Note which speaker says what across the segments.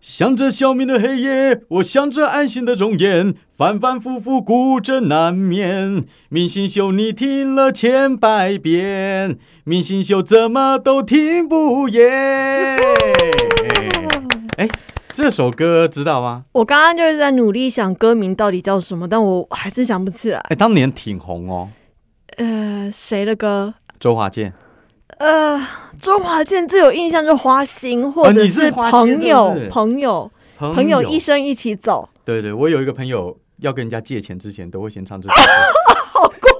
Speaker 1: 想着小明的黑夜，我想着安心的容颜，反反复复孤枕难眠。明星秀你听了千百遍，明星秀怎么都听不厌。哎，这首歌知道吗？
Speaker 2: 我刚刚就是在努力想歌名到底叫什么，但我还是想不起来。
Speaker 1: 哎，当年挺红哦，
Speaker 2: 呃，谁的歌？
Speaker 1: 周华健。
Speaker 2: 呃，周华健最有印象就是花心，或
Speaker 1: 哦
Speaker 2: 者
Speaker 1: 你是花心
Speaker 2: 朋友、
Speaker 1: 是不是
Speaker 2: 朋友
Speaker 1: 朋
Speaker 2: 朋友一生一起走。
Speaker 1: 对对，我有一个朋友要跟人家借钱之前，都会先唱这首歌。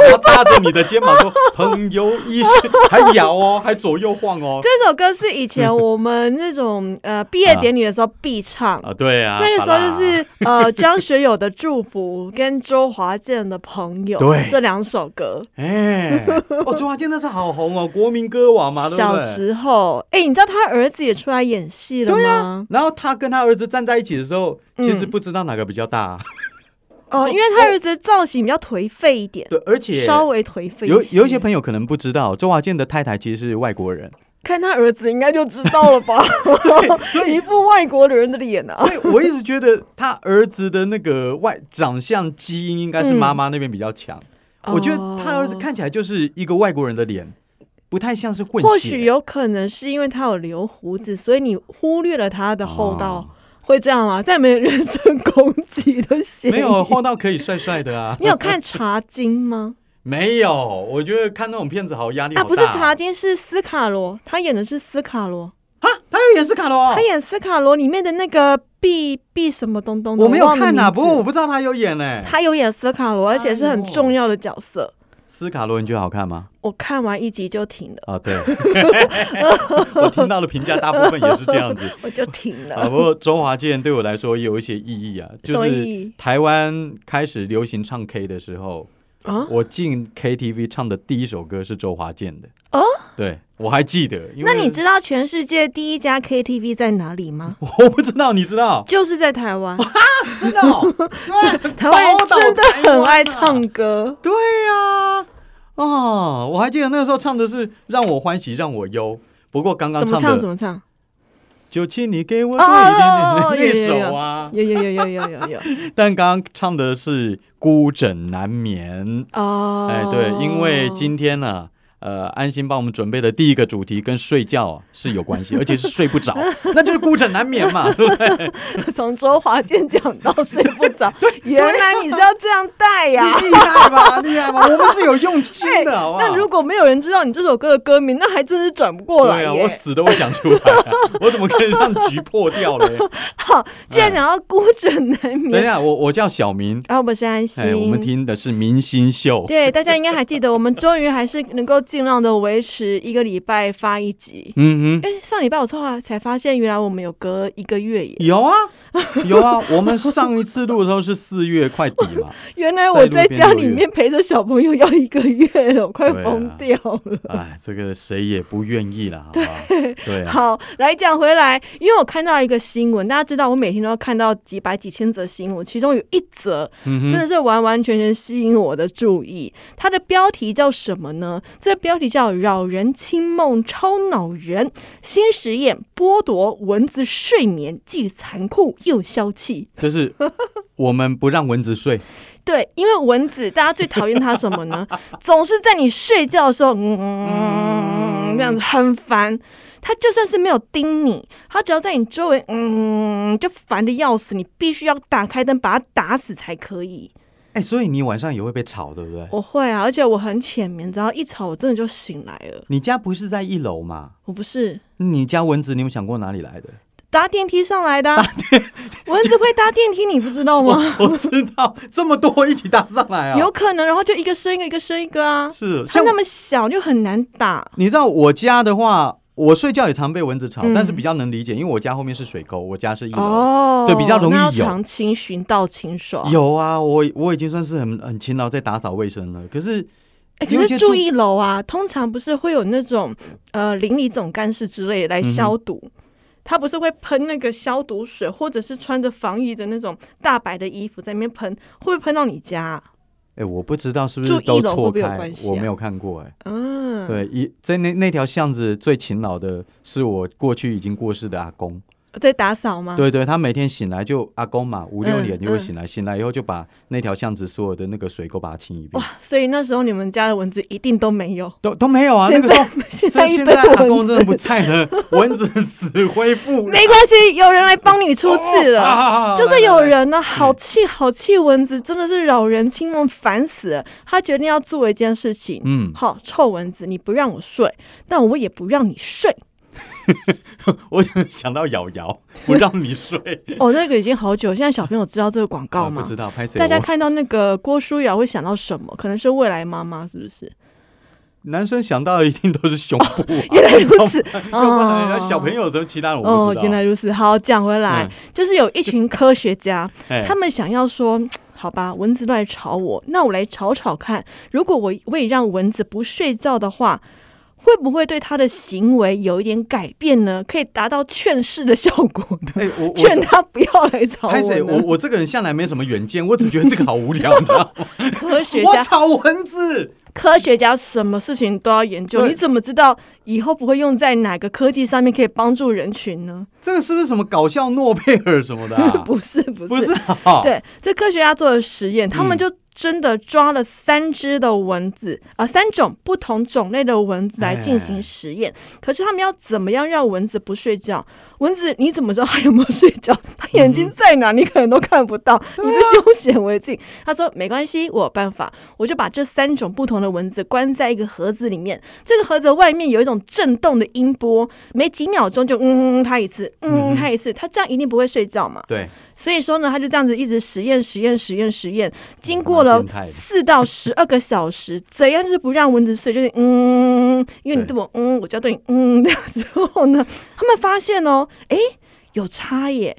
Speaker 1: 他搭着你的肩膀说：“朋友一生”，还摇哦，还左右晃哦。
Speaker 2: 这首歌是以前我们那种呃毕业典礼的时候必唱。
Speaker 1: 啊，对啊，
Speaker 2: 那个时候就
Speaker 1: 好啦
Speaker 2: 是呃，张学友的《祝福》跟周华健的《朋友》
Speaker 1: 对
Speaker 2: 这两首歌，
Speaker 1: 哎，哦，周华健那时候好红哦，国民歌王嘛，对不
Speaker 2: 小
Speaker 1: 对？
Speaker 2: 时候，哎、你知道他儿子也出来演戏了
Speaker 1: 对
Speaker 2: 吗？
Speaker 1: 然后他跟他儿子站在一起的时候，
Speaker 2: 嗯
Speaker 1: 其实不知道哪个比较大、
Speaker 2: 哦，因为他儿子的造型比较颓废一点，
Speaker 1: 对，而且
Speaker 2: 稍微颓废。
Speaker 1: 有有一些朋友可能不知道，周华健的太太其实是外国人，
Speaker 2: 看他儿子应该就知道了吧？
Speaker 1: 对，所以
Speaker 2: 一副外国人的脸啊！
Speaker 1: 所以我一直觉得他儿子的那个外长相基因应该是妈妈那边比较强。
Speaker 2: 嗯
Speaker 1: 我觉得他儿子看起来就是一个外国人的脸，不太像是混血。
Speaker 2: 或许有可能是因为他有留胡子，所以你忽略了他的厚道，
Speaker 1: 哦
Speaker 2: 会这样吗？在没有人身攻击的嫌疑。
Speaker 1: 没有厚道可以帅帅的啊
Speaker 2: 你。有看《茶经》 吗？
Speaker 1: 没有，我觉得看那种片子好压力好
Speaker 2: 啊，
Speaker 1: 大。
Speaker 2: 不是《茶，经》，是斯卡罗，他演的是斯卡罗，
Speaker 1: 他有演斯卡罗哦
Speaker 2: 他。演斯卡罗里面的那个毕毕什么东东的，
Speaker 1: 我没有
Speaker 2: 忘了
Speaker 1: 看呐、啊
Speaker 2: 名字
Speaker 1: 不过我不哎知道他有演呢、
Speaker 2: 他有演斯卡罗，而且是很重要的角色。
Speaker 1: 斯卡罗，你觉得好看 吗？
Speaker 2: 我看完一集就停了，
Speaker 1: 啊，对， 我听到的评价大部分也是这样子。
Speaker 2: 我就停
Speaker 1: 啊，
Speaker 2: 了。
Speaker 1: 不过周华健对我来说也有一些意义啊，就
Speaker 2: 什么意
Speaker 1: 是
Speaker 2: 义
Speaker 1: 台湾开始流行唱 K 的时候，
Speaker 2: 啊，
Speaker 1: 我进 KTV 唱的第一首歌是周华健的。
Speaker 2: 哦，
Speaker 1: 对，我还记得。因为
Speaker 2: 那你知道全世界第一家 KTV 在哪里吗？
Speaker 1: 我不知道，你知 道？
Speaker 2: 就是在台湾，
Speaker 1: 知道？对
Speaker 2: 台湾人真的
Speaker 1: 啊
Speaker 2: 很爱唱歌。
Speaker 1: 对呀、哦，我还记得那个时候唱的是“让我欢喜让我忧”，不过刚刚
Speaker 2: 怎么
Speaker 1: 唱
Speaker 2: 唱？怎
Speaker 1: 的
Speaker 2: 么唱？
Speaker 1: “就请你给我多一点点”
Speaker 2: 哦哦哦哦有有
Speaker 1: 那
Speaker 2: 有
Speaker 1: 首啊，
Speaker 2: 有有有有有有有
Speaker 1: 但刚刚唱的是“孤枕难眠”。
Speaker 2: 哦！
Speaker 1: 哎，对，因为今天呢、呃，安心帮我们准备的第一个主题跟睡觉啊是有关 系，而且是睡不着，那就是孤枕难眠嘛。对不对
Speaker 2: 从周华健讲到睡不 着，原来你是要这样带呀。
Speaker 1: 厉害吧，厉害吧，我们是有用心 的，好不好？
Speaker 2: 啊哎那如果没有人知道你这首歌的歌名，那还真是转不过来
Speaker 1: 对啊，
Speaker 2: 耶
Speaker 1: 我。死都会讲出来啊、我怎么可以让局破掉嘞？
Speaker 2: 好，既然讲到孤枕难
Speaker 1: 哎等一
Speaker 2: 眠，
Speaker 1: 下，我我叫小明，
Speaker 2: 啊，我是安
Speaker 1: 哎，
Speaker 2: 心。
Speaker 1: 我们听的是明星秀，
Speaker 2: 对，大家应该还记得，我们终于还是能够尽量的维持一个礼拜发一集。
Speaker 1: 嗯哼。
Speaker 2: 哎，上礼拜我突然才发现，原来我们有隔一个月耶。
Speaker 1: 有啊，有啊，我们上一次录的时候是四月快底嘛，
Speaker 2: 原来我在家里面陪着小朋友要一个月了，我快疯掉了。
Speaker 1: 哎，这个谁也不愿意了，好不好？对啊，
Speaker 2: 好，来讲回来，因为我看到一个新闻，大家知道我每天都要看到几百几千则新闻，其中有一则
Speaker 1: 嗯
Speaker 2: 真的是完完全全吸引我的注意。它的标题叫什么呢？这标题叫“扰人清梦超恼人”，新实验剥夺蚊子睡眠，既残酷又消气。
Speaker 1: 就是我们不让蚊子睡，
Speaker 2: 对，因为蚊子大家最讨厌它什么呢？总是在你睡觉的时候，嗯嗯，这样子很烦。它就算是没有叮你，它只要在你周围，嗯，就烦的要死。你必须要打开灯把它打死才可以。
Speaker 1: 哎，所以你晚上也会被吵，对不对？
Speaker 2: 我会啊，而且我很浅眠，只要一吵我真的就醒来了。
Speaker 1: 你家不是在一楼嘛？
Speaker 2: 我不是
Speaker 1: 你家蚊子，你有想过哪里 来的？
Speaker 2: 搭电梯上来的啊、蚊子会搭电梯，你不知道 吗？
Speaker 1: 我知道这么多一起搭上来啊，
Speaker 2: 有可能，然后就一个生一个，一个生一个啊。
Speaker 1: 是
Speaker 2: 它
Speaker 1: 像
Speaker 2: 那么小就很难打。
Speaker 1: 你知道我家的话，我睡觉也常被蚊子吵，
Speaker 2: 嗯
Speaker 1: 但是比较能理解，因为我家后面是水沟，我家是一楼。
Speaker 2: 哦，
Speaker 1: 对比较容易
Speaker 2: 那要
Speaker 1: 有
Speaker 2: 常清寻到清爽。
Speaker 1: 有啊，我我已经算是很很勤劳在打扫卫生了。可是
Speaker 2: 哎，
Speaker 1: 有一
Speaker 2: 可
Speaker 1: 些
Speaker 2: 是
Speaker 1: 住
Speaker 2: 住一楼啊，通常不是会有那种呃邻里总干事之类的来
Speaker 1: 嗯
Speaker 2: 消毒。他不是会喷那个消毒水，或者是穿着防疫的那种大白的衣服在那边喷，会不会喷到你家啊、
Speaker 1: 哎、我不知道是不
Speaker 2: 住
Speaker 1: 是
Speaker 2: 一
Speaker 1: 都
Speaker 2: 楼
Speaker 1: 错
Speaker 2: 会不会有
Speaker 1: 开，
Speaker 2: 关系啊
Speaker 1: 我没有看过哎、
Speaker 2: 嗯，
Speaker 1: 对，一在那那条巷子最勤劳的是我过去已经过世的阿公，
Speaker 2: 在打扫吗？
Speaker 1: 对对，他每天醒来就阿公嘛，五六
Speaker 2: 嗯
Speaker 1: 点就会
Speaker 2: 嗯
Speaker 1: 醒来，醒来以后就把那条巷子所有的那个水沟把它清一遍，
Speaker 2: 哇，所以那时候你们家的蚊子一定都没有。
Speaker 1: 都都没有啊。那
Speaker 2: 现
Speaker 1: 个时
Speaker 2: 在
Speaker 1: 候，
Speaker 2: 现
Speaker 1: 所
Speaker 2: 在
Speaker 1: 以
Speaker 2: 一
Speaker 1: 现
Speaker 2: 堆
Speaker 1: 在阿公
Speaker 2: 蚊
Speaker 1: 真的
Speaker 2: 子，
Speaker 1: 不在了，蚊子死灰复燃
Speaker 2: 没关系，有人来帮你
Speaker 1: 哦
Speaker 2: 出气了。
Speaker 1: 啊
Speaker 2: 就
Speaker 1: 来
Speaker 2: 是
Speaker 1: 来
Speaker 2: 有
Speaker 1: 来
Speaker 2: 人呢、好气好气，蚊子真的是扰人清梦，烦死了。他决定要做一件事情，
Speaker 1: 嗯
Speaker 2: 好，臭蚊子，你不让我 睡，但我也不让你睡。
Speaker 1: 我就想到瑶 瑶不让你睡，
Speaker 2: 哦，那个已经好久，现在小朋友知道这个广告
Speaker 1: 啊不
Speaker 2: 吗？
Speaker 1: 知道拍谁？
Speaker 2: 大家
Speaker 1: 我
Speaker 2: 看到那个郭书瑶会想到什么？可能是未来妈妈，是不是？
Speaker 1: 男生想到的一定都是胸部啊，
Speaker 2: 原来如此，
Speaker 1: 要不然哎
Speaker 2: 哦
Speaker 1: 小朋友怎么其他人我
Speaker 2: 哦
Speaker 1: 不，知
Speaker 2: 原
Speaker 1: 道
Speaker 2: 来。如此。好，讲回来，
Speaker 1: 嗯
Speaker 2: 就是有一群科学家，
Speaker 1: 哎
Speaker 2: 他们想要说，嘖好吧，蚊子都来吵我，那我来吵吵看，如果我我也让蚊子不睡觉的话。会不会对它的行为有一点改变呢？可以达到劝世的效果呢？
Speaker 1: 哎，我我
Speaker 2: 劝
Speaker 1: 是
Speaker 2: 他不要来吵我
Speaker 1: 拍谁？我
Speaker 2: 呢。
Speaker 1: 我这个人向来没什么远见，我只觉得这个好无 聊，你知道吗？
Speaker 2: 科学
Speaker 1: 我
Speaker 2: 家，
Speaker 1: 炒蚊子，
Speaker 2: 科学家什么事情都要研究。
Speaker 1: 对
Speaker 2: 你怎么知道以后不会用在哪个科技上面可以帮助人群呢？
Speaker 1: 这个是不是什么搞笑诺贝尔什么的啊？
Speaker 2: 不是，不是，
Speaker 1: 不是啊，
Speaker 2: 对，这科学家做的实验，他们
Speaker 1: 嗯
Speaker 2: 就真的抓了三只的蚊子啊、三种不同种类的蚊子来进行实验。可是他们要怎么样让蚊子不睡觉？蚊子你怎么知道它有没有睡觉？它眼睛在哪，你可能都看不到，你必须用显微镜。他说没关系，我有办法，我就把这三种不同的蚊子关在一个盒子里面，这个盒子外面有一种震动的音波，每几秒钟就嗯它一次，嗯它一次，它这样一定不会睡觉嘛。
Speaker 1: 对，
Speaker 2: 所以说呢，他就这样子一直实验、实验、实验、实验，经过了
Speaker 1: 蛮变态的
Speaker 2: 四到十二个小时，怎样就是不让蚊子睡，就是嗯，因为你对我嗯，我就要对你嗯的时候呢，他们发现哦，诶，有 差耶，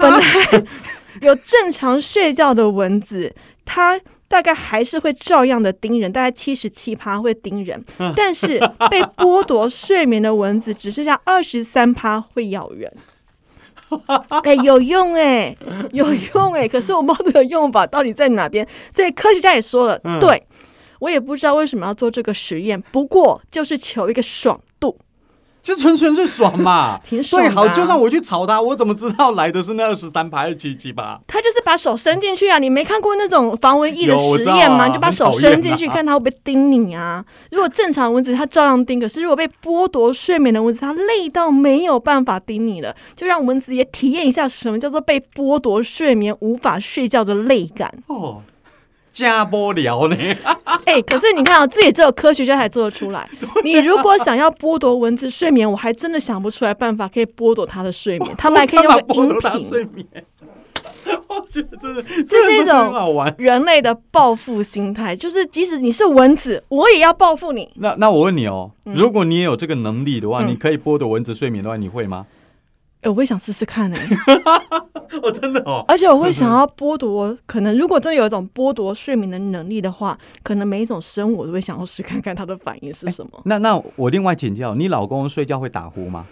Speaker 2: 本来有正常睡觉的蚊子，它。大概还是会照样的叮人，大概七十七趴会叮人，
Speaker 1: 嗯
Speaker 2: 但是被剥夺睡眠的蚊子只剩下二十三趴会咬人。 哎、有用哎、有用哎、可是我不知道这个用法到底在哪边。所以科学家也说了，
Speaker 1: 嗯
Speaker 2: 对我也不知道为什么要做这个实验，不过就是求一个爽度，
Speaker 1: 就纯纯粹爽嘛。
Speaker 2: 挺爽的
Speaker 1: 对，
Speaker 2: 啊、
Speaker 1: 好，就算我去炒它，我怎么知道来的是那二十三排、二十七七吧？
Speaker 2: 他就是把手伸进去啊！你没看过那种防蚊液的
Speaker 1: 有我
Speaker 2: 实
Speaker 1: 知道
Speaker 2: 验吗？
Speaker 1: 啊
Speaker 2: 你就把手伸进去，看它会不会叮你啊！如果正常蚊子它照样叮，可是如果被剥夺睡眠的蚊子，它累到没有办法叮你了，就让蚊子也体验一下什么叫做被剥夺睡眠、无法睡觉的累感。
Speaker 1: 哦，加波聊 呢？
Speaker 2: 哎、可是你看啊，这也只有科学家才做得 出来。
Speaker 1: 啊
Speaker 2: 你如果想要剥夺蚊子睡眠，我还真的想不出来办法可以夺剥夺它的睡眠。他们还可以用
Speaker 1: 干
Speaker 2: 个
Speaker 1: 嘛剥夺他
Speaker 2: 音频。
Speaker 1: 睡眠。 我觉得真的，
Speaker 2: 这是一
Speaker 1: 真的
Speaker 2: 种
Speaker 1: 很好玩。
Speaker 2: 人类的报复心态，就是即使你是蚊子，我也要报复你。
Speaker 1: 那那我问你哦，如果你也有这个能力的话，
Speaker 2: 嗯
Speaker 1: 你可以剥夺蚊子睡眠的话，你会吗？
Speaker 2: 哎、我也想试试看哎、
Speaker 1: 哦，真的哦，
Speaker 2: 而且我会想要剥夺，可能如果真的有一种剥夺睡眠的能力的话，可能每一种生物我都会想要试看看它的反应是什么。
Speaker 1: 那那我另外请教，你老公睡觉会打呼吗？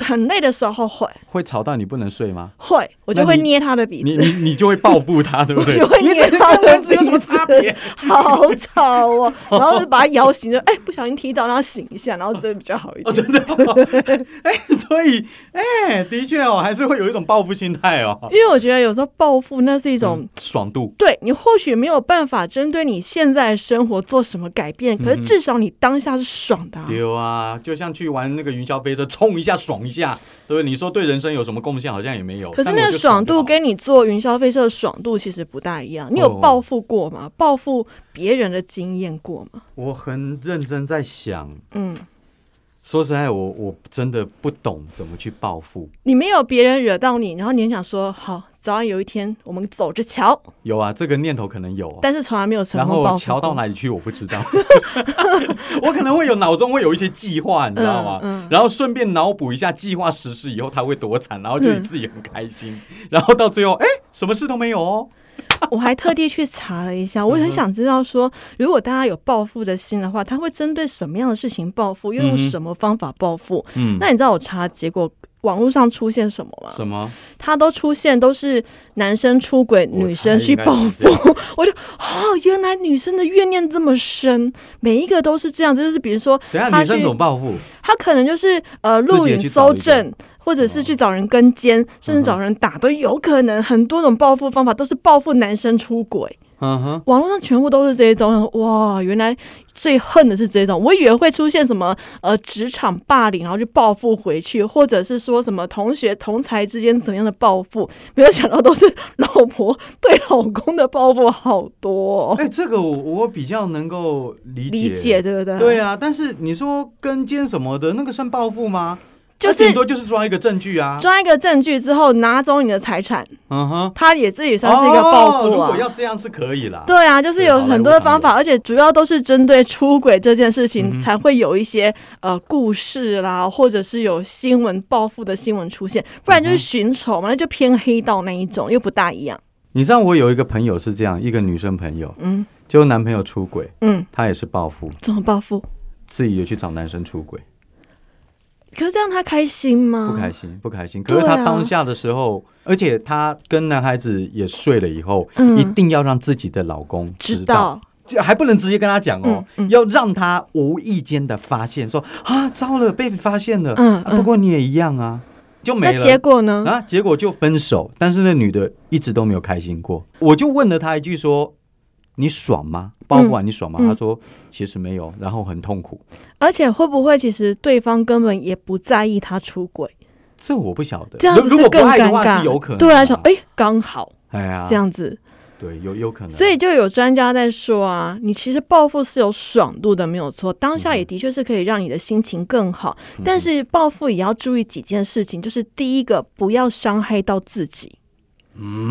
Speaker 2: 很累的时候会
Speaker 1: 会吵到你不能睡吗？
Speaker 2: 会，我就
Speaker 1: 那
Speaker 2: 会
Speaker 1: 你
Speaker 2: 捏它的鼻子。
Speaker 1: 你你你就会报复他，对不
Speaker 2: 我
Speaker 1: 对
Speaker 2: 就？会
Speaker 1: 你
Speaker 2: 捏
Speaker 1: 这个
Speaker 2: 到
Speaker 1: 跟蚊子有什么差别？？
Speaker 2: 好 吵哦！然后就把它摇醒，就哎、不小心踢到，然后醒一下，然后这比较好一
Speaker 1: 哦，
Speaker 2: 点。
Speaker 1: 真的、哦，哎、所以，哎、的确哦，还是会有一种报复心态哦，
Speaker 2: 因为我觉得有时候报复那是一种。
Speaker 1: 嗯爽度。
Speaker 2: 对你或许没有办法针对你现在的生活做什么改变，
Speaker 1: 嗯
Speaker 2: 可是至少你当下是爽的、啊。
Speaker 1: 丢啊，就像去玩那个云霄飞车，冲一下爽一下，对不对？你说对人生有什么贡献？好像也没有。
Speaker 2: 可是
Speaker 1: 但
Speaker 2: 那
Speaker 1: 我
Speaker 2: 个
Speaker 1: 就
Speaker 2: 爽
Speaker 1: 就
Speaker 2: 度
Speaker 1: 好
Speaker 2: 跟你坐云霄飞车的爽度其实不大一样。你有
Speaker 1: 哦
Speaker 2: 报复过吗？报复别人的经验过吗？
Speaker 1: 我很认真在想，
Speaker 2: 嗯，
Speaker 1: 说实在，我我真的不懂怎么去报复。
Speaker 2: 你没有别人惹到你，然后你很想说好，早晚有一天我们走着瞧，
Speaker 1: 有啊，这个念头可能有、啊，
Speaker 2: 但是从来没有成
Speaker 1: 然
Speaker 2: 功报
Speaker 1: 后
Speaker 2: 复。
Speaker 1: 瞧 到？哪里去我不 知道，我可能会有脑中会有一些计划，你知道吗？
Speaker 2: 嗯嗯
Speaker 1: 然后顺便脑补一下计划实施以后他会多惨，然后就自己很开心，
Speaker 2: 嗯
Speaker 1: 然后到最后哎，什么事都没有哦。
Speaker 2: 我还特地去查了一
Speaker 1: 嗯
Speaker 2: 下，我也很想知道说，如果大家有报复的心的话，他会针对什么样的事情报复，又用
Speaker 1: 嗯哼
Speaker 2: 什么方法报复？
Speaker 1: 嗯，
Speaker 2: 那你知道我查的结果网络上出现什么吗？
Speaker 1: 什么？
Speaker 2: 它都出现都是男生出轨，
Speaker 1: 我
Speaker 2: 女生去报复。
Speaker 1: 猜应该是这样
Speaker 2: 我就 哦，原来女生的怨念这么深，每一个都是这样。就是比如说，
Speaker 1: 等一啊
Speaker 2: 他
Speaker 1: 下女生
Speaker 2: 去
Speaker 1: 怎么报复？
Speaker 2: 她可能就是呃
Speaker 1: 自己
Speaker 2: 录
Speaker 1: 也
Speaker 2: 影
Speaker 1: 去找
Speaker 2: 搜
Speaker 1: 一个嗯
Speaker 2: 证，或者是去找人跟奸，甚至找人打都有可能。很多种报复方法都是报复男生出轨，
Speaker 1: 嗯哼，
Speaker 2: 网络上全部都是这一种。我想说哇，原来最恨的是这种。我以为会出现什么呃职场霸凌，然后去报复回去，或者是说什么同学同才之间怎么样的报复，没有想到都是老婆 对哦老公的报复，好多、哦、
Speaker 1: 哎、这个我我比较能够理解，
Speaker 2: 理解对不对？
Speaker 1: 对啊，但是你说跟奸什么的，那个算报复吗？
Speaker 2: 就
Speaker 1: 那
Speaker 2: 是
Speaker 1: 顶多就是抓一个证据啊。
Speaker 2: 抓一个证据之后拿走你的财产，
Speaker 1: 嗯哼，
Speaker 2: 他也自己算是一个报
Speaker 1: 哦。
Speaker 2: 复
Speaker 1: 如
Speaker 2: 啊
Speaker 1: 果。要这样是可以啦。
Speaker 2: 对啊，就是有很多的方
Speaker 1: 对
Speaker 2: 法，而且主要都是针对出轨这件
Speaker 1: 嗯
Speaker 2: 事
Speaker 1: 哼
Speaker 2: 情才会有一些、呃故事啦，或者是有新闻报复的新闻出现，不然
Speaker 1: 嗯
Speaker 2: 就是寻仇嘛，那就偏黑道那一种，又不大一样。
Speaker 1: 你知道我有一个朋友是这样，一个女生朋友，
Speaker 2: 嗯
Speaker 1: 就男朋友出轨，
Speaker 2: 嗯，
Speaker 1: 她也是报复，
Speaker 2: 怎么报复？
Speaker 1: 自己也去找男生出轨，
Speaker 2: 可是这样他开心吗？
Speaker 1: 不开心，不开心。
Speaker 2: 对
Speaker 1: 可
Speaker 2: 啊
Speaker 1: 是她当下的时候，而且她跟男孩子也睡了以后，
Speaker 2: 嗯
Speaker 1: 一定要让自己的老公
Speaker 2: 知
Speaker 1: 知道，
Speaker 2: 道，
Speaker 1: 就还不能直接跟他讲哦，
Speaker 2: 嗯嗯
Speaker 1: 要让他无意间的发现说啊，糟了，被发现了。
Speaker 2: 嗯
Speaker 1: 啊不过你也一样啊，就没
Speaker 2: 那
Speaker 1: 了。
Speaker 2: 结果呢？
Speaker 1: 啊，结果就分手，但是那女的一直都没有开心过。我就问了她一句说：“你爽吗？包括你爽吗？”
Speaker 2: 嗯
Speaker 1: 她说：“其实没有，然后很痛苦。
Speaker 2: 而且会不会其实对方根本也不在意他出轨？”
Speaker 1: 这我不晓得。
Speaker 2: 这样
Speaker 1: 如
Speaker 2: 子
Speaker 1: 如果
Speaker 2: 是
Speaker 1: 不
Speaker 2: 更
Speaker 1: 爱
Speaker 2: 尴
Speaker 1: 的话
Speaker 2: 尬，
Speaker 1: 是有可能、
Speaker 2: 对啊，想哎，刚好
Speaker 1: 哎呀，
Speaker 2: 这样子，
Speaker 1: 对，有有可能。
Speaker 2: 所以就有专家在说啊，你其实报复是有爽度的，没有错，当下也的确是可以让你的心情更好，但是报复也要注意几件事情，就是第一个，不要伤害到自己。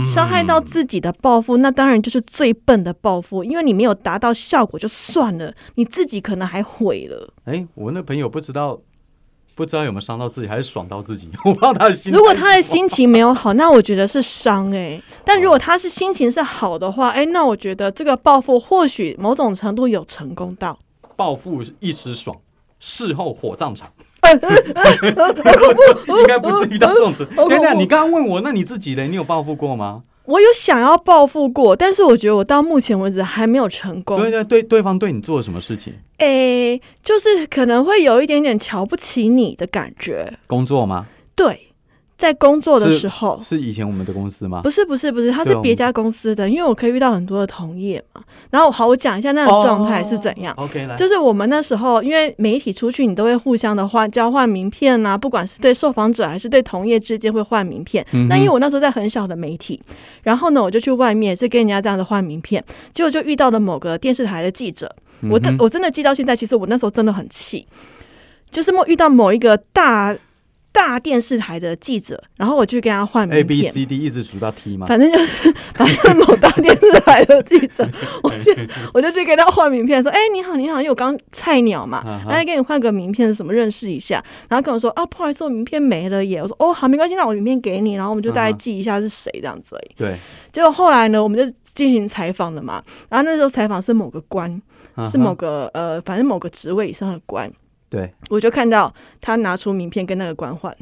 Speaker 2: 伤害到自己的报复，那当然就是最笨的报复，因为你没有达到效果就算了，你自己可能还毁了。
Speaker 1: 哎，我那朋友不知道。不知道有没有伤到自己，还是爽到自己？ 我不知道他的心态。
Speaker 2: 如果他的心情没有好，那我觉得是伤哎、但如果他是心情是好的话，哎、那我觉得这个报复或许某种程度有成功到。
Speaker 1: 报复一时爽，事后火葬 场。应该不至于到这种程
Speaker 2: 好
Speaker 1: 度。
Speaker 2: 恐怖
Speaker 1: 等等，你刚刚问我，那你自己嘞？你有报复过吗？
Speaker 2: 我有想要报复过，但是我觉得我到目前为止还没有成功。
Speaker 1: 对对对，对方对你做了什么事情？
Speaker 2: 哎、就是可能会有一点点瞧不起你的感觉。
Speaker 1: 工作吗？
Speaker 2: 对，在工作的
Speaker 1: 是
Speaker 2: 时候，
Speaker 1: 是以前我们的公司吗？
Speaker 2: 哦不是不是不是，他
Speaker 1: 对
Speaker 2: 是
Speaker 1: 我们
Speaker 2: 别家公司的，因为我可以遇到很多的同业嘛。然后好，我讲一下那个状态是怎样。
Speaker 1: o k 哦来，
Speaker 2: 就是我们那时候，因为媒体出去，你都会互相的换交换名片呐、不管是对受访者还是对同业之间会换名片。
Speaker 1: 嗯哼
Speaker 2: 那因为我那时候在很小的媒体，然后呢，我就去外面也是跟人家这样子换名片，结果就遇到了某个电视台的记者，我的
Speaker 1: 嗯哼
Speaker 2: 我真的记到现在，其实我那时候真的很气，就是某遇到某一个大大电视台的记者，然后我去跟他换名
Speaker 1: A B
Speaker 2: 片。
Speaker 1: C D 一直数到 T 吗？
Speaker 2: 反正就是，反正某大电视台的记者，我就我就去给他换名片，说：“哎、你好，你好，因为我刚菜鸟嘛
Speaker 1: 嗯，哼
Speaker 2: 来给你换个名片，什么认识一下。”然后跟我说：“啊，不好意思，我名片没了耶。”我说：“哦，好，没关系，那我名片给你。”然后我们就大概
Speaker 1: 嗯哼
Speaker 2: 记一下是谁这样子而已。
Speaker 1: 对，
Speaker 2: 结果后来呢，我们就进行采访了嘛。然后那时候采访是某个官，是某
Speaker 1: 吗？
Speaker 2: 个呃，反正某个职位以上的官。
Speaker 1: 嗯对，
Speaker 2: 我就看到他拿出名片跟那个官换。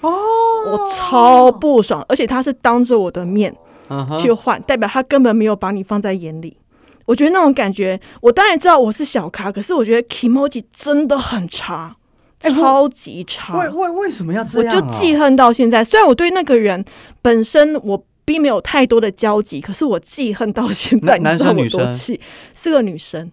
Speaker 2: 哦，我超不爽，而且他是当着我的面。
Speaker 1: 嗯哼
Speaker 2: 去换，代表他根本没有把你放在眼里。我觉得那种感觉，我当然知道我是小咖，可是我觉得 Kimoji 真的很差，
Speaker 1: 哎我
Speaker 2: 超级差，
Speaker 1: 为为为什么要这
Speaker 2: 我
Speaker 1: 样
Speaker 2: 就
Speaker 1: 啊？
Speaker 2: 记恨到现在。虽然我对那个人本身我并没有太多的交集，可是我记恨到现在，你
Speaker 1: 男
Speaker 2: 知道
Speaker 1: 男生
Speaker 2: 我
Speaker 1: 女
Speaker 2: 多
Speaker 1: 生
Speaker 2: 气？是个女生，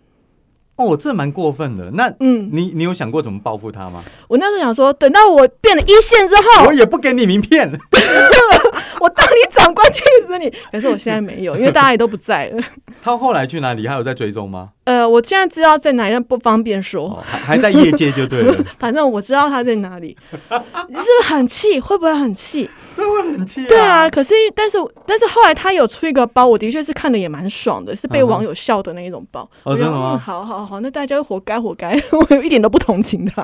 Speaker 1: 哦，这蛮过分的。那
Speaker 2: 嗯，
Speaker 1: 你你有想过怎么报复他吗？
Speaker 2: 我那时候想说，等到我变了一线之后，
Speaker 1: 我也不给你名片，
Speaker 2: 我当你长官气死你。可是我现在没有，因为大家也都不在了。
Speaker 1: 他后来去哪里？还有在追踪吗？
Speaker 2: 呃，我现在知道在哪里，但不方便说。
Speaker 1: 哦，还还在业界就对了，
Speaker 2: 反正我知道他在哪里，你是不是很气？会不会很气？
Speaker 1: 这会很气。
Speaker 2: 对啊，，可是但是但是后来他有出一个包，我的确是看的也蛮爽的，是被
Speaker 1: 嗯哼
Speaker 2: 网友笑的那一种包。
Speaker 1: 哦
Speaker 2: 我觉得
Speaker 1: 真的吗
Speaker 2: 嗯好好好，那大家活该活该， 我有一点都不同情他。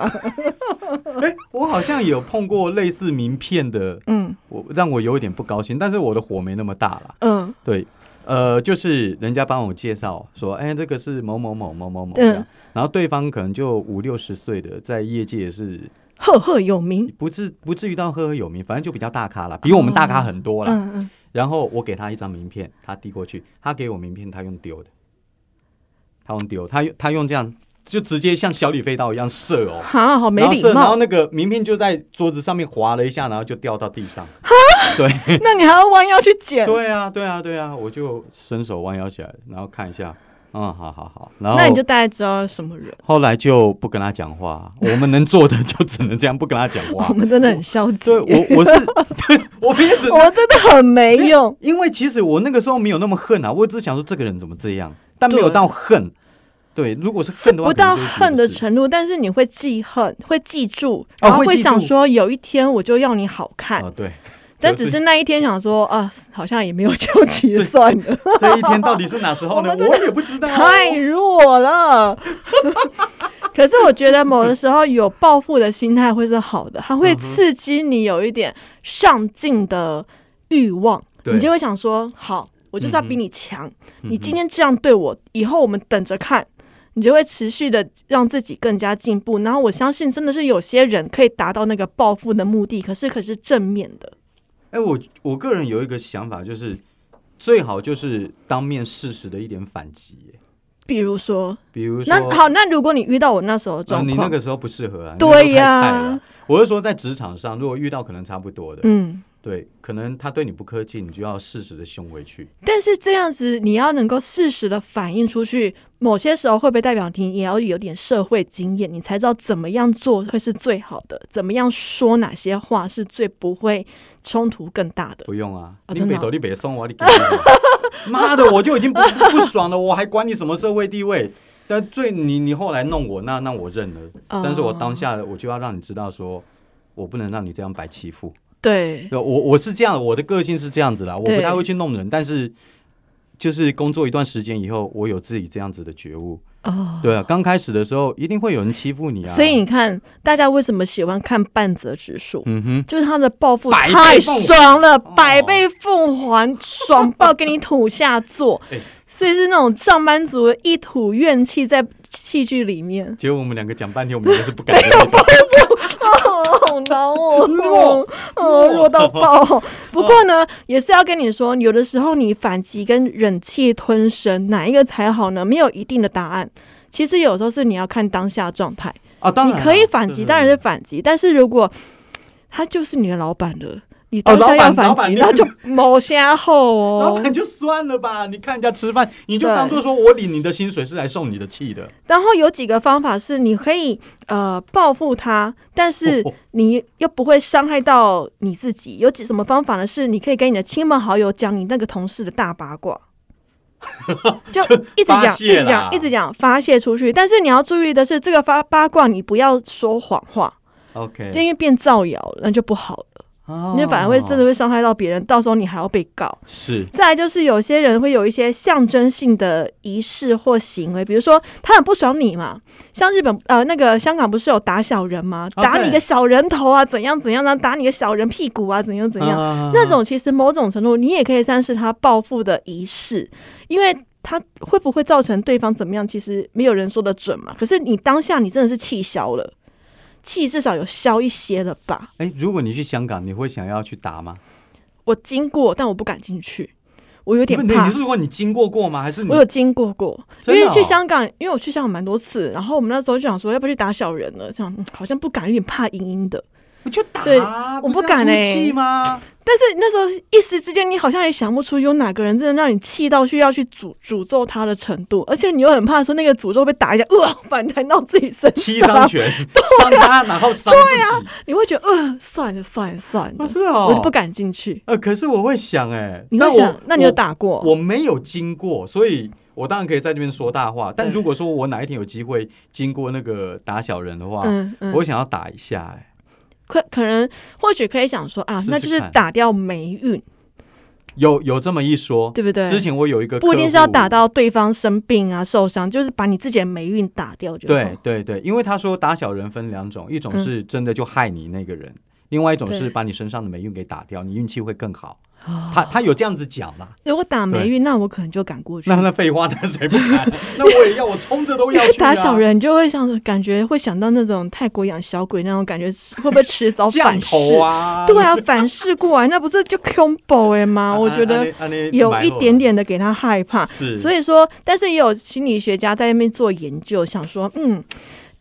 Speaker 1: 哎，我好像有碰过类似名片的，
Speaker 2: 嗯
Speaker 1: 我让我有一点不高兴，但是我的火没那么大啦。
Speaker 2: 嗯
Speaker 1: 对，呃，就是人家帮我介绍说，哎，这个是某某某某某某，
Speaker 2: 嗯
Speaker 1: 嗯、然后对方可能就五六十岁的，在业界也是
Speaker 2: 赫赫有名。
Speaker 1: 不至不至于到赫赫有名，反正就比较大咖啦，比我们大咖很多啦。
Speaker 2: 嗯嗯，
Speaker 1: 然后我给他一张名片，他递过去，他给我名片，他用丢的，他用丢，他用他用这样就直接像小李飞刀一样射哦。
Speaker 2: 哈，好没
Speaker 1: 然后
Speaker 2: 礼
Speaker 1: 射然后
Speaker 2: 貌。
Speaker 1: 那个名片就在桌子上面划了一下，然后就掉到地上。
Speaker 2: 哎
Speaker 1: 对，
Speaker 2: 那你还要弯腰去捡？
Speaker 1: 对啊，对啊，对啊，我就伸手弯腰起来，然后看一下，嗯，好好好，然后
Speaker 2: 那你就大概知道什么人。
Speaker 1: 后来就不跟他讲 话，我们能做的就只能这样，不跟他讲话
Speaker 2: 我。们真的很消极，
Speaker 1: 哦对我，我是 对，我们也只能，
Speaker 2: 我真的很哦没用。
Speaker 1: 因为其实我那个时候没有那么恨啊，我只是想说这个人怎么这样，但没有
Speaker 2: 对
Speaker 1: 到恨。对，如果是恨的话，
Speaker 2: 不到
Speaker 1: 可能就是
Speaker 2: 恨的
Speaker 1: 不是
Speaker 2: 程度，但是你会记恨，会记住，
Speaker 1: 哦
Speaker 2: 然后
Speaker 1: 会记住
Speaker 2: 想说有一天我就要你好看，
Speaker 1: 啊，对。
Speaker 2: 但
Speaker 1: 就
Speaker 2: 只
Speaker 1: 是
Speaker 2: 是那一天想说啊，好像也没有究其算 了，
Speaker 1: 这一天到底是哪时候 呢？我也不知道。
Speaker 2: 太弱了。 可是我觉得某的时候有报复的心态会是好的，它会
Speaker 1: 嗯
Speaker 2: 刺激你有一点上进的欲望，
Speaker 1: 对
Speaker 2: 你就会想说好。我就是要比你强，
Speaker 1: 嗯哼
Speaker 2: 你今天这样对我，以后我们等着看，你就会持续的让自己更加进步。然后我相信，真的是有些人可以达到那个暴富的目的，可是可是正面的，
Speaker 1: 哎、我我个人有一个想法，就是最好就是当面适时的一点反击，
Speaker 2: 比如说，
Speaker 1: 比如说，
Speaker 2: 那好，那如果你遇到我那时候的
Speaker 1: 呃
Speaker 2: 状
Speaker 1: 你
Speaker 2: 况，
Speaker 1: 那个时候不适合啊，你
Speaker 2: 对
Speaker 1: 那时候太
Speaker 2: 呀
Speaker 1: 菜了我是说在职场上，如果遇到可能差不多的，
Speaker 2: 嗯，
Speaker 1: 对，可能他对你不客气，你就要适时的凶回去。
Speaker 2: 但是这样子你要能够适时的反映出去，某些时候会不会代表你也要有点社会经验，你才知道怎么样做会是最好的，怎么样说哪些话是最不会冲突更大的。
Speaker 1: 不用啊，
Speaker 2: 哦
Speaker 1: 你
Speaker 2: 真的
Speaker 1: 别
Speaker 2: 哦
Speaker 1: 抖，你别送我，你给我 妈的，我就已经不不爽了，我还管你什么社会地位？但最你你后来弄我，那那我认了。
Speaker 2: 哦
Speaker 1: 但是我当下我就要让你知道说。我不能让你这样白欺负，
Speaker 2: 对，
Speaker 1: 我我是这样，我的个性是这样子啦，我不
Speaker 2: 对
Speaker 1: 太会去弄人，但是就是工作一段时间以后，我有自己这样子的觉悟。
Speaker 2: 哦。
Speaker 1: 对啊，刚开始的时候一定会有人欺负你啊，
Speaker 2: 所以你看，大家为什么喜欢看半泽直树？
Speaker 1: 嗯哼，
Speaker 2: 就是他的报复
Speaker 1: 百倍
Speaker 2: 太
Speaker 1: 奉还
Speaker 2: 爽了，百倍奉还，爽爆给你土下座
Speaker 1: 哎。，
Speaker 2: 所以是那种上班族一吐怨气在戏剧里面
Speaker 1: 结果我们两个讲半天，我们两个是不敢的那种。
Speaker 2: 哦，好难哦
Speaker 1: 弱，
Speaker 2: 哦，弱到 爆。不过呢，也是要跟你说，有的时候你反击跟忍气吞声，哪一个才好呢？没有一定的答案。其实有时候是你要看当下状态。
Speaker 1: 啊，当
Speaker 2: 你
Speaker 1: 然啊
Speaker 2: 可以反击，
Speaker 1: 对
Speaker 2: 当然
Speaker 1: 对
Speaker 2: 是反击。但是如果他就是你的老板了，你
Speaker 1: 哦
Speaker 2: 当
Speaker 1: 老
Speaker 2: 下
Speaker 1: 板
Speaker 2: 要
Speaker 1: 老
Speaker 2: 反
Speaker 1: 板
Speaker 2: 击，
Speaker 1: 你
Speaker 2: 那就谋瞎后
Speaker 1: 老
Speaker 2: 哦。
Speaker 1: 板就算了吧，你看人家吃饭，你就
Speaker 2: 对
Speaker 1: 当做说我领你的薪水是来送你的气的。
Speaker 2: 然后有几个方法是你可以呃报复他，但是
Speaker 1: 哦
Speaker 2: 你又不会伤害到你自己。有几什么方法呢？是你可以跟你的亲朋好友讲你那个同事的大八 卦。就一直讲，
Speaker 1: 发
Speaker 2: 一
Speaker 1: 泄
Speaker 2: 直
Speaker 1: 啦
Speaker 2: 讲，一直讲，发泄出去。但是你要注意的是，这个发八卦你不要说谎话，
Speaker 1: OK，
Speaker 2: 因为变造谣了，那就不好了。
Speaker 1: 哦
Speaker 2: 你反而会真的会伤害到别人，到时候你还要被告。
Speaker 1: 是
Speaker 2: 再来就是有些人会有一些象征性的仪式或行为，比如说他很不爽你嘛，像日本呃那个香港不是有打小人吗？
Speaker 1: 啊
Speaker 2: 打你
Speaker 1: 对
Speaker 2: 个小人头啊，怎样怎样，然后打你个小人屁股啊，怎样怎样。
Speaker 1: 样
Speaker 2: 那种其实某种程度你也可以算是他报复的仪式，因为他会不会造成对方怎么样，其实没有人说得准嘛。可是你当下你真的是气消了，气至少有消一些了吧？
Speaker 1: 哎，如果你去香港，你会想要去打吗？
Speaker 2: 我经过，但我不敢进去，我有点
Speaker 1: 不你
Speaker 2: 怕
Speaker 1: 你。是说你经过过吗？还是你
Speaker 2: 我有经过过，因
Speaker 1: 真的
Speaker 2: 为去
Speaker 1: 哦
Speaker 2: 香港，因为我去香港蛮多次，然后我们那时候就想说，要不要去打小人呢？想、嗯好像不敢，有点怕阴阴的。
Speaker 1: 我就打
Speaker 2: 对
Speaker 1: 啊，
Speaker 2: 我
Speaker 1: 不
Speaker 2: 不
Speaker 1: 是要
Speaker 2: 敢
Speaker 1: 出
Speaker 2: 欸
Speaker 1: 气吗？
Speaker 2: 但是那时候一时之间，你好像也想不出有哪个人真的让你气到去要去诅诅咒他的程度，而且你又很怕说那个诅咒被 打一下，呃，反弹到自己身
Speaker 1: 七伤
Speaker 2: 上，
Speaker 1: 拳，
Speaker 2: 啊
Speaker 1: 伤他然后伤自己，
Speaker 2: 你会觉得呃，算了算了算了，
Speaker 1: 不是哦，
Speaker 2: 我就不。敢进去。
Speaker 1: 呃，可是我会想哎，
Speaker 2: 你
Speaker 1: 但
Speaker 2: 会
Speaker 1: 我
Speaker 2: 想，那你有
Speaker 1: 我
Speaker 2: 打过？
Speaker 1: 我没有经过，所以我当然可以在这边说大话。但
Speaker 2: 对
Speaker 1: 如果说我哪一天有机会经过那个打小人的话，
Speaker 2: 嗯嗯
Speaker 1: 我想要打一下、哎，
Speaker 2: 可可能或许可以想说啊
Speaker 1: 试，试
Speaker 2: 那就是
Speaker 1: 看
Speaker 2: 打掉霉运，
Speaker 1: 有有这么一说，
Speaker 2: 对不对？
Speaker 1: 之前我有一个
Speaker 2: 不一定是要打
Speaker 1: 到。
Speaker 2: 到对方生病啊、受伤，就是把你自己的霉运打掉就好。
Speaker 1: 对对对，因为他说打小人分两种，一种是真的就害你那个人，另外一种
Speaker 2: 嗯对哦
Speaker 1: 是把你身上的霉运给打掉，你运气会更好。他他有这样子讲啦，
Speaker 2: 如果打霉运，那我可能就赶过去
Speaker 1: 那。那废话，那谁不敢？ 那我也要，我冲着都要去、啊。
Speaker 2: 打小人就会想，感觉会想到那种泰国养小鬼那种感觉，会不会迟早
Speaker 1: 降
Speaker 2: 反噬？
Speaker 1: 头啊！
Speaker 2: 哦对啊，反噬过来，那不是就 combo 哎吗？
Speaker 1: 啊，
Speaker 2: 我觉
Speaker 1: 啊
Speaker 2: 得
Speaker 1: 啊那
Speaker 2: 有
Speaker 1: 那
Speaker 2: 一点点的给他害怕。
Speaker 1: 是，
Speaker 2: 所以说，但是也有心理学家在那边做研究，想说，嗯，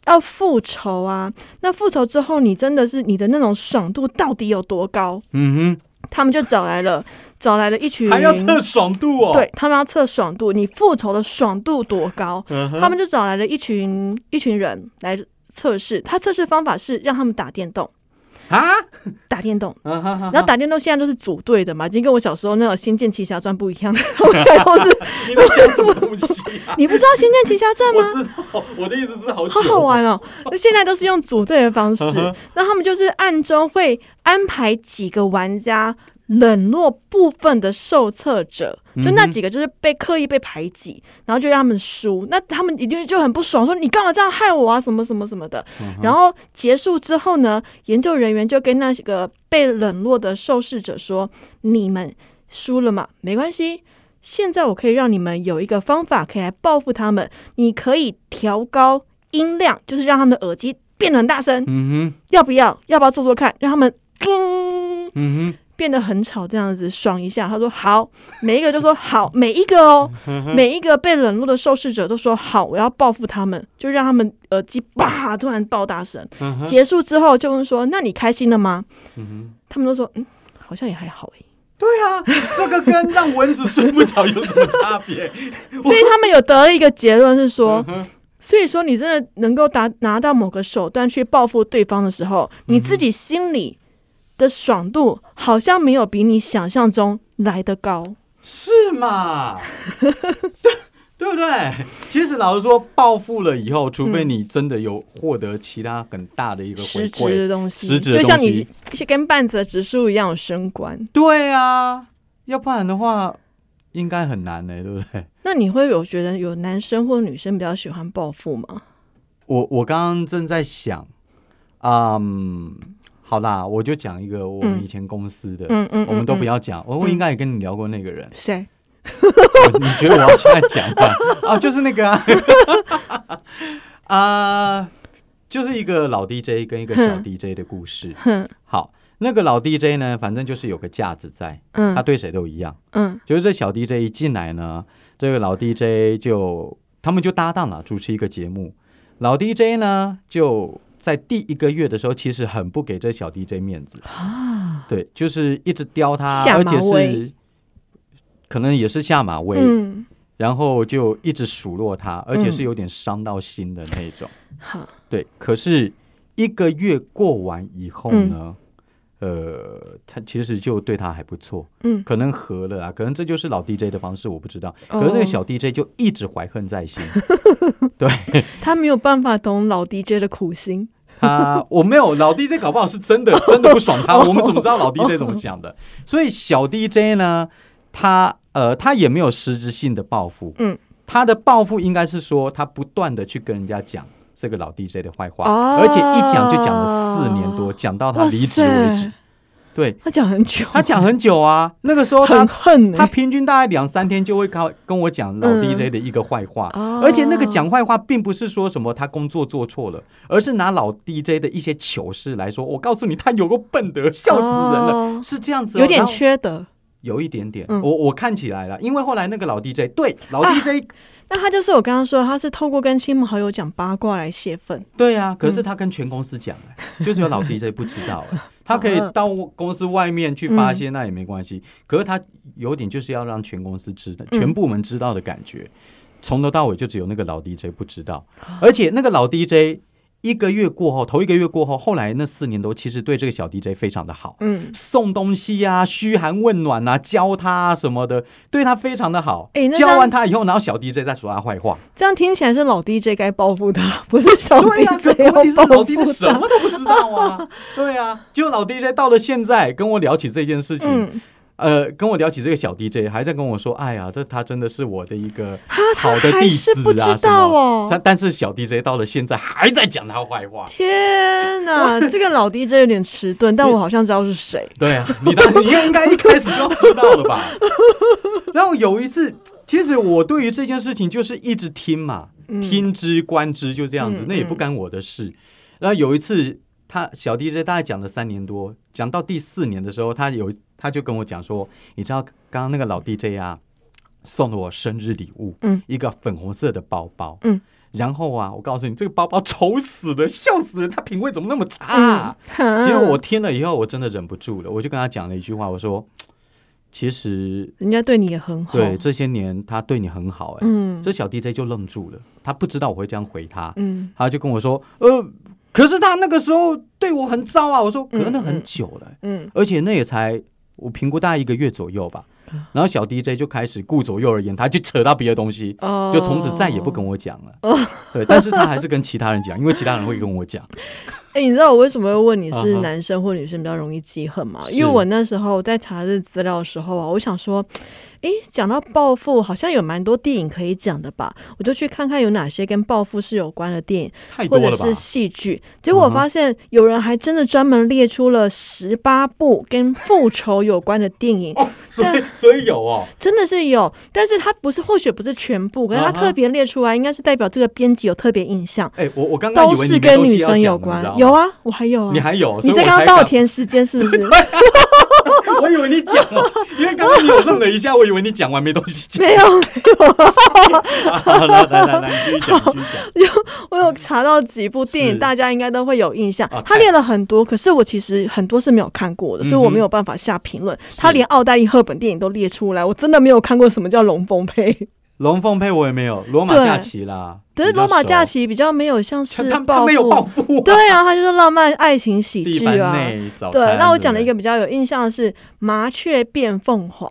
Speaker 2: 要复仇啊，那复仇之后，你真的是你的那种爽度到底有多高？
Speaker 1: 嗯
Speaker 2: 他们就找来了， 找来了一群
Speaker 1: 哼，还要测爽度哦。
Speaker 2: 对他们要测爽度，你复仇的爽度多高？
Speaker 1: 嗯哼，
Speaker 2: 他们就找来了一群一群人来测试。他测试方法是让他们打电动，
Speaker 1: 啊，
Speaker 2: 打电动。
Speaker 1: 啊哈哈
Speaker 2: 然后打电动现在都是组队的嘛，已经跟我小时候那种《仙剑奇侠传》不一样了。 我觉得我是
Speaker 1: 你在讲什么东 西啊？
Speaker 2: 你不知道《仙剑奇侠传》
Speaker 1: 我
Speaker 2: 吗？
Speaker 1: 知道，我的意思是好久，
Speaker 2: 好好玩哦！那现在都是用组队的方式
Speaker 1: 嗯哼，
Speaker 2: 那他们就是暗中会安排几个玩家冷落部分的受测者，
Speaker 1: 嗯
Speaker 2: 就那几个就是被刻意被排挤，然后就让他们输。那他们一定就很不爽，说你干嘛这样害我啊，什么什么什么的。
Speaker 1: 嗯
Speaker 2: 然后结束之后呢，研究人员就跟那几个被冷落的受试者说：“你们输了嘛，没关系。”现在我可以让你们有一个方法可以来报复他们，你可以调高音量，就是让他们的耳机变得很大声，
Speaker 1: 嗯哼，
Speaker 2: 要不要？要不要做做看？让他们叮
Speaker 1: 嗯哼，
Speaker 2: 变得很吵，这样子爽一下。他说好，每一个就说好，每一个哦，
Speaker 1: 嗯
Speaker 2: 每一个被冷落的受试者都说好，我要报复他们，就让他们耳机叭突然爆大声。
Speaker 1: 嗯哼，
Speaker 2: 结束之后就问说，那你开心了吗？他们都说嗯，好像也还好欸诶。
Speaker 1: 对啊，这个跟让蚊子睡不着有什么差 别？
Speaker 2: 所以他们有得一个结论是说，
Speaker 1: 嗯
Speaker 2: 所以说你真的能够达拿到某个手段去报复对方的时候，你自己心里的爽度好像没有比你想象中来得高。
Speaker 1: 是嘛？对对不对？其实老实说，报复了以后，除非你真的有获得其他很大的一个回
Speaker 2: 嗯实质
Speaker 1: 馈，
Speaker 2: 的东西，
Speaker 1: 实质的
Speaker 2: 就像
Speaker 1: 东
Speaker 2: 你
Speaker 1: 西
Speaker 2: 跟半泽直树一样有升官，
Speaker 1: 对啊，要不然的话应该很难呢、欸对不对？
Speaker 2: 那你会有觉得有男生或女生比较喜欢报复吗？
Speaker 1: 我我刚刚正在想，嗯，好啦，我就讲一个我们
Speaker 2: 嗯
Speaker 1: 以前公司的，
Speaker 2: 嗯嗯，
Speaker 1: 我们都不
Speaker 2: 要
Speaker 1: 要讲，我我应该也跟你聊过那个人，
Speaker 2: 谁
Speaker 1: 我你觉得我要现在讲 吗？啊，就是那个啊， 啊，就是一个老 DJ 跟一个小
Speaker 2: 哼
Speaker 1: DJ 的故事。
Speaker 2: 哼
Speaker 1: 好，那个老 DJ 呢，反正就是有个架子在，他
Speaker 2: 嗯
Speaker 1: 对谁都一样。
Speaker 2: 嗯
Speaker 1: 就是这小 DJ 一进来呢，这个老 DJ 就他们就搭档了，主持一个节目。老 DJ 呢就在第一个月的时候，其实很不给这小 DJ 面子，
Speaker 2: 啊
Speaker 1: 对，就是一直刁他，
Speaker 2: 下
Speaker 1: 而
Speaker 2: 马
Speaker 1: 且是
Speaker 2: 威
Speaker 1: 可能也是下马威，
Speaker 2: 嗯
Speaker 1: 然后就一直数落他，而且
Speaker 2: 嗯
Speaker 1: 是有点伤到心的那种。
Speaker 2: 好
Speaker 1: 对，可是一个月过完以后
Speaker 2: 嗯
Speaker 1: 呢，呃，他其实就对他还不错，
Speaker 2: 嗯，
Speaker 1: 可能和了啊，可能这就是老 DJ 的方式，我不知道。可
Speaker 2: 哦
Speaker 1: 是那个小 DJ 就一直怀恨在心，
Speaker 2: 他没有办法懂老 DJ 的苦心，
Speaker 1: 他我没有老 DJ 搞不好是真的 真的不爽
Speaker 2: 哦
Speaker 1: 他，我们怎么知道老 DJ 怎么想的？所以小 DJ 呢，他呃他也没有实质性的报复，
Speaker 2: 嗯，
Speaker 1: 他的报复应该是说他不断的去跟人家讲。这个老 DJ 的坏话，
Speaker 2: 哦
Speaker 1: 而且一讲就讲了四年多，讲到他离职为
Speaker 2: 哇
Speaker 1: 止
Speaker 2: 塞。
Speaker 1: 对，
Speaker 2: 他讲很久，
Speaker 1: 他讲很久啊，那个时候他
Speaker 2: 很恨欸
Speaker 1: 他平均大概两三天就会跟跟我讲老
Speaker 2: 嗯
Speaker 1: DJ 的一个坏话，
Speaker 2: 哦
Speaker 1: 而且那个讲坏话并不是说什么他工作做错了，而是拿老 DJ 的一些糗事来说。我告诉你，他有个笨的，笑死人了，
Speaker 2: 哦
Speaker 1: 是这样子哦、
Speaker 2: 有点
Speaker 1: 然后
Speaker 2: 缺德。
Speaker 1: 有一点点。
Speaker 2: 嗯
Speaker 1: 我我看起来了，因为后来那个老 DJ 对老
Speaker 2: 啊
Speaker 1: DJ、
Speaker 2: 那他就是我刚刚说，他是透过跟亲朋好友讲八卦来泄愤。
Speaker 1: 对啊，可是他跟全公司讲、哎， 就只有老 DJ 不知道、哎他可以到公司外面去发泄，那也没关系。可是他有点就是要让全公司知道、全部门知道的感觉，从头到尾就只有那个老 DJ 不知道，而且那个老 DJ 一个月过后，头一个月过后，后来那四年多其实对这个小 DJ 非常的好，
Speaker 2: 嗯，
Speaker 1: 送东西啊，嘘寒问暖啊，教他、啊、什么的，对他非常的好。
Speaker 2: 哎那
Speaker 1: 教
Speaker 2: 当
Speaker 1: 完他以后，然后小 DJ 再说他坏话。
Speaker 2: 这样听起来是老 DJ 该报复他，不是小
Speaker 1: 对呀、这
Speaker 2: DJ
Speaker 1: 问题是
Speaker 2: 要报
Speaker 1: 老
Speaker 2: 复
Speaker 1: DJ 什
Speaker 2: 他。
Speaker 1: 么都不知道啊。对啊，就老 DJ 到了现在跟我聊起这件事情，
Speaker 2: 嗯，
Speaker 1: 呃，跟我聊起这个小 DJ，还在跟我说，哎呀，这他真的是我的一 个
Speaker 2: 啊他
Speaker 1: 好的
Speaker 2: 还
Speaker 1: 弟
Speaker 2: 是
Speaker 1: 子
Speaker 2: 不知
Speaker 1: 啊，什
Speaker 2: 道
Speaker 1: 么
Speaker 2: 哦？
Speaker 1: 但 但是小 DJ 到了现在还在讲他坏话。
Speaker 2: 天哪，这个老 DJ 有点迟钝，但我好像知道是谁。
Speaker 1: 对啊，你当你应该一开始就知道了 吧？然后有一次，其实我对于这件事情就是一直听嘛，听之观之，就这样子，
Speaker 2: 嗯
Speaker 1: 那也不干我的事。然后有一次，他小 DJ 大概讲了三年多，讲到第四年的时候，他有他就跟我讲说，你知道刚刚那个老 DJ 啊，送了我生日礼物，
Speaker 2: 嗯，
Speaker 1: 一个粉红色的包包，
Speaker 2: 嗯。
Speaker 1: 然后啊，我告诉你，这个包包丑死了，笑死人！他品味怎么那么差、
Speaker 2: 嗯
Speaker 1: 啊？结果我听了以后，我真的忍不住了，我就跟他讲了一句话，我说：“其实
Speaker 2: 人家对你也很好，
Speaker 1: 对这些年他对你很好、哎、
Speaker 2: 嗯
Speaker 1: 这小 DJ 就愣住了，他不知道我会这样回他，
Speaker 2: 嗯，
Speaker 1: 他就跟我说：“呃，可是他那个时候对我很糟啊。”我说：“可是那很久了、
Speaker 2: 嗯
Speaker 1: 而且那也才我评估大概一个月左右吧。”
Speaker 2: 嗯
Speaker 1: 然后小 DJ 就开始顾左右而言他，就扯到别的东西。
Speaker 2: 哦
Speaker 1: 就从此再也不跟我讲了，对，但是他还是跟其他人讲，因为其他人会跟我 讲，
Speaker 2: 哎、你知道我为什么会问你
Speaker 1: 啊
Speaker 2: 是
Speaker 1: 哈
Speaker 2: 男生或女生比较容易记恨吗？
Speaker 1: 是
Speaker 2: 因为我那时候在查这资料的时候啊，我想说，哎、讲到报复，好像有蛮多电影可以讲的吧？我就去看看有哪些跟报复是有关的电影，
Speaker 1: 太多
Speaker 2: 或者
Speaker 1: 了吧啊
Speaker 2: 是？戏剧。结果我发现有人还真的专门列出了十八部跟复仇有关的电影，
Speaker 1: 哦， 所以所以有哦，
Speaker 2: 真的是有，但是它不是，或许不是全部，可是它
Speaker 1: 啊哈
Speaker 2: 特别列出来，应该是代表这个编辑有特别印象，
Speaker 1: 哎、我我刚刚
Speaker 2: 都
Speaker 1: 以为
Speaker 2: 是
Speaker 1: 你
Speaker 2: 跟
Speaker 1: 没东西
Speaker 2: 女
Speaker 1: 要
Speaker 2: 生
Speaker 1: 讲
Speaker 2: 有关。有，啊，我还有啊，
Speaker 1: 你知道吗你还有，
Speaker 2: 你
Speaker 1: 所以
Speaker 2: 在
Speaker 1: 我
Speaker 2: 刚刚
Speaker 1: 才
Speaker 2: 帮我
Speaker 1: 想，
Speaker 2: 填时间 是不是？
Speaker 1: 我以为你讲了，因为刚刚你有愣了一下，我以为你讲完没东西 讲。
Speaker 2: 没有，
Speaker 1: 好，来来来来，你继续讲，继续讲。
Speaker 2: 我有查到几部电
Speaker 1: 是
Speaker 2: 影，大家应该都会有印象
Speaker 1: 啊。
Speaker 2: 他列了很多，可是我其实很多是没有看过的，所以我
Speaker 1: 嗯哼
Speaker 2: 没有办法下评论。
Speaker 1: 是
Speaker 2: 他连奥黛丽·赫本电影都列出来，我真的没有看过什么叫龙凤 配。
Speaker 1: 龙凤配我也没有，罗马假期啦，
Speaker 2: 可是罗马假
Speaker 1: 期，
Speaker 2: 期比较没有像
Speaker 1: 他
Speaker 2: 是
Speaker 1: 他他没有报复、啊，
Speaker 2: 对啊，他就是浪漫爱情喜
Speaker 1: 地
Speaker 2: 剧
Speaker 1: 板
Speaker 2: 啊。
Speaker 1: 内早
Speaker 2: 对
Speaker 1: 餐。，
Speaker 2: 那我讲了一
Speaker 1: 对
Speaker 2: 个
Speaker 1: 不对
Speaker 2: 比较有印象的是《麻雀变凤凰》，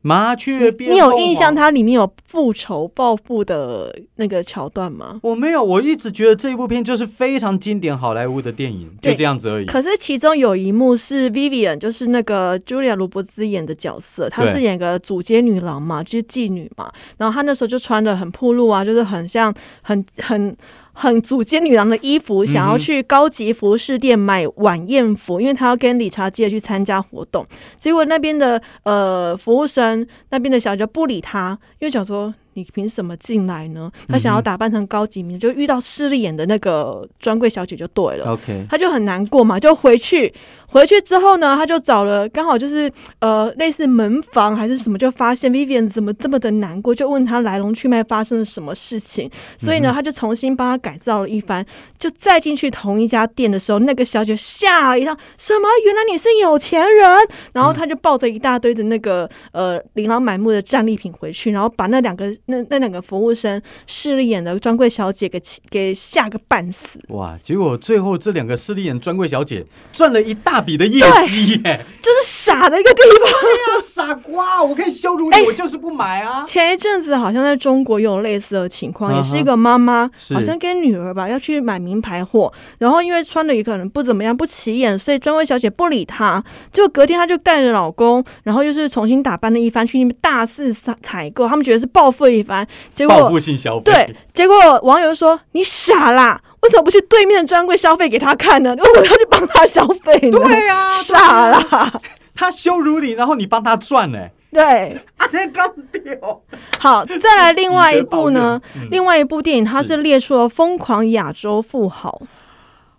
Speaker 1: 麻雀变，
Speaker 2: 你有印象？？它里面有复仇报复的那个桥段吗？
Speaker 1: 我没有，我一直觉得这部片就是非常经典好莱坞的电影，就
Speaker 2: 对
Speaker 1: 这样子而已。
Speaker 2: 可是其中有一幕是 Vivian，就是那个 Julia 罗伯兹演的角色，她
Speaker 1: 对
Speaker 2: 是演个主街女郎嘛，就是妓女嘛。然后她那时候就穿的很暴露啊，就是很像很很很主街女郎的衣服，想要去高级服饰店买晚宴服，因为她要跟理查基去参加活动。结果那边的呃服务生那边的小姐就不理她，因为想说。你凭什么进来呢？她
Speaker 1: 嗯
Speaker 2: 想要打扮成高级名，就遇到势利眼的那个专柜小姐就对了。
Speaker 1: OK，
Speaker 2: 他就很难过嘛，就回去。回去之后呢，他就找了刚好就是呃类似门房还是什么，就发现 Vivian 怎么这么的难过，就问他来龙去脉发生了什么事情。所以呢，他就重新帮他改造了一番。就再进去同一家店的时候，那个小姐吓了一跳，什么？原来你是有钱人？然后他就抱着一大堆的那个呃琳琅满目的战利品回去，然后把那两个那那两个服务生势利眼的专柜小姐给气给吓个半死。
Speaker 1: 哇！结果最后这两个势利眼专柜小姐赚了一大笔的业绩耶。
Speaker 2: 就是傻的一个地方。
Speaker 1: 啊，哎傻瓜！我可以羞辱你，我就是不买啊！
Speaker 2: 前一阵子好像在中国有类似的情
Speaker 1: 嗯
Speaker 2: 况，
Speaker 1: 哼
Speaker 2: 也是一个妈妈，
Speaker 1: 是
Speaker 2: 好像跟女儿吧要去买名牌货，然后因为穿的也可能不怎么样，不起眼，所以专柜小姐不理她。就隔天她就带着老公，然后就是重新打扮了一番去那边大肆采采购，他们觉得是报复一番，结
Speaker 1: 报
Speaker 2: 果
Speaker 1: 复性消费，
Speaker 2: 对，结果网友就说你傻啦。为什么不去对面的专柜消费给她看呢？你 为什么要去帮她消费呢？
Speaker 1: 对啊呀
Speaker 2: 傻啦，
Speaker 1: 他羞辱你，然后你帮他赚哎呢、
Speaker 2: 对。
Speaker 1: 啊，那刚掉。
Speaker 2: 好，再来另外一部呢
Speaker 1: 你的抱怨嗯，
Speaker 2: 另外一部电影它
Speaker 1: 是
Speaker 2: 是列出了《疯狂亚洲富豪》，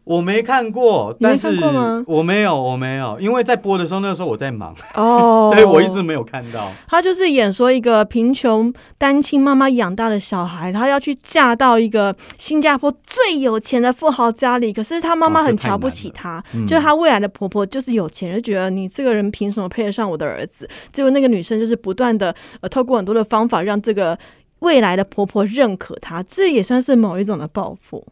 Speaker 1: 我没看过，
Speaker 2: 你没
Speaker 1: 但
Speaker 2: 看
Speaker 1: 是
Speaker 2: 过吗
Speaker 1: 我没有，我没有，因为在播的时候，那时候我在忙，
Speaker 2: 哦
Speaker 1: 对我一直没有看到。
Speaker 2: 他就是演说一个贫穷单亲妈妈养大的小孩，他要去嫁到一个新加坡最有钱的富豪家里，可是他妈妈
Speaker 1: 哦
Speaker 2: 很
Speaker 1: 这太
Speaker 2: 瞧不
Speaker 1: 难
Speaker 2: 起
Speaker 1: 了
Speaker 2: 他，
Speaker 1: 嗯
Speaker 2: 就是他未来的婆婆就是有钱，就觉得你这个人凭什么配得上我的儿子？结果那个女生就是不断的呃，透过很多的方法让这个。未来的婆婆认可她，这也算是某一种的报复。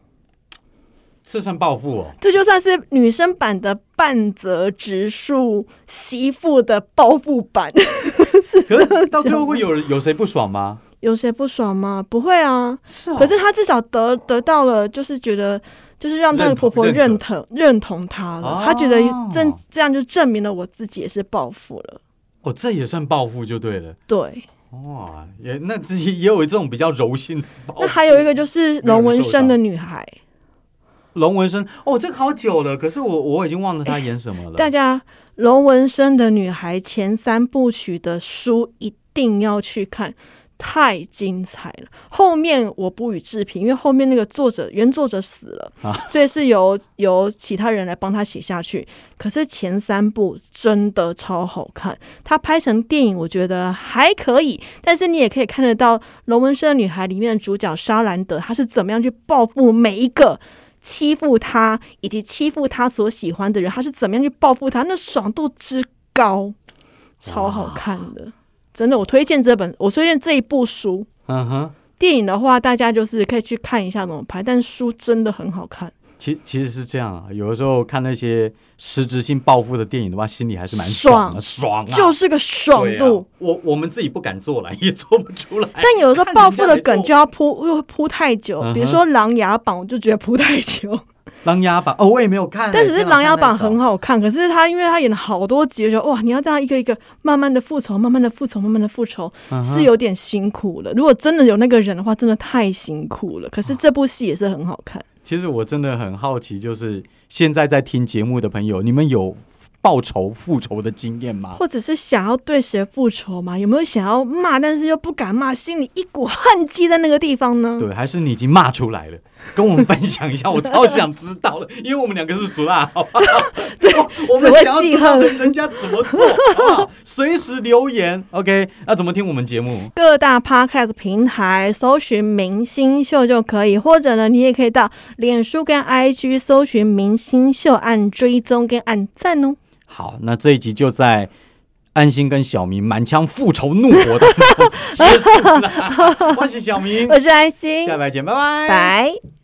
Speaker 1: 这算报复哦？
Speaker 2: 这就算是女生版的半泽直树媳妇的报复版，
Speaker 1: 可是到最后会有人有谁不爽吗？
Speaker 2: 有谁不爽吗？不会啊，
Speaker 1: 是哦
Speaker 2: 可是她至少得得到了，就是觉得。就是让她的婆婆
Speaker 1: 认
Speaker 2: 认同认同她了，她觉得
Speaker 1: 哦
Speaker 2: 这这样就证明了我自己也是报复了。
Speaker 1: 哦，这也算报复就对了。
Speaker 2: 对，
Speaker 1: 哇，也那自己也有这种比较柔性的报
Speaker 2: 那
Speaker 1: 复。
Speaker 2: 还有一个就是龙纹身的女孩，
Speaker 1: 龙纹身，哦，这个好久了，可是我我已经忘了他演什么了。
Speaker 2: 大家龙纹身的女孩前三部曲的书一定要去看。太精彩了！后面我不予置评，因为后面那个作者原作者死了，所以是由由其他人来帮他写下去。可是前三部真的超好看，它拍成电影我觉得还可以，但是你也可以看得到《龙纹身的女孩》里面的主角莎兰德，她是怎么样去报复每一个欺负他以及欺负他所喜欢的人，他是怎么样去报复他，那爽度之高，超好看的，真的，我推荐这本，我推荐这一部书。
Speaker 1: 嗯哼，
Speaker 2: 电影的话，大家就是可以去看一下怎么拍，但书真的很好看，
Speaker 1: 其其实是这样啊，有的时候看那些实质性报复的电影的话，心里还是蛮爽的，爽啊！
Speaker 2: 就是个爽
Speaker 1: 对啊
Speaker 2: 度。
Speaker 1: 我我们自己不敢做了，也做不出来。啊
Speaker 2: 但有的时 候报复的梗就
Speaker 1: 叫
Speaker 2: 要铺，又铺太久
Speaker 1: 嗯，哼
Speaker 2: 比如说《琅琊榜》，我就觉得铺 太久。
Speaker 1: 琅琊榜》哦，我也没有看欸，
Speaker 2: 但只是《琅琊榜》很
Speaker 1: 好，
Speaker 2: 好看，可是他因为他演了好多集，就觉得哇，你要这样一个一个慢慢的复仇，慢慢的复仇，慢慢的复仇，
Speaker 1: 嗯哼
Speaker 2: 是有点辛苦了。如果真的有那个人的话，真的太辛苦了。可是这部戏也是很好看，
Speaker 1: 其实我真的很好奇，就是现在在听节目的朋友，你们有报仇复仇的经验吗？
Speaker 2: 或者是想要对谁复仇嘛？有没有想要骂，但是又不敢骂，心里一股恨积在那个地方呢？
Speaker 1: 对，还是你已经骂出来了？跟我们分享一下，我超想知道了，因为我们两个是熟辣，好 不好？我我们
Speaker 2: 只会
Speaker 1: 想要
Speaker 2: 记
Speaker 1: 知道
Speaker 2: 恨
Speaker 1: 人家怎么做，好不好？随时留言，OK？那怎么听我们节目？
Speaker 2: 各大 podcast 平台搜寻“明星秀”就可以，或者呢，你也可以到脸书跟 IG 搜寻“明星秀”，按追踪跟按赞哦。
Speaker 1: 好，那这一集就在安心跟小明满腔复仇怒火 当中结束了。我是小明，嗯
Speaker 2: 我是安心，
Speaker 1: 下礼拜见，拜拜，
Speaker 2: 拜。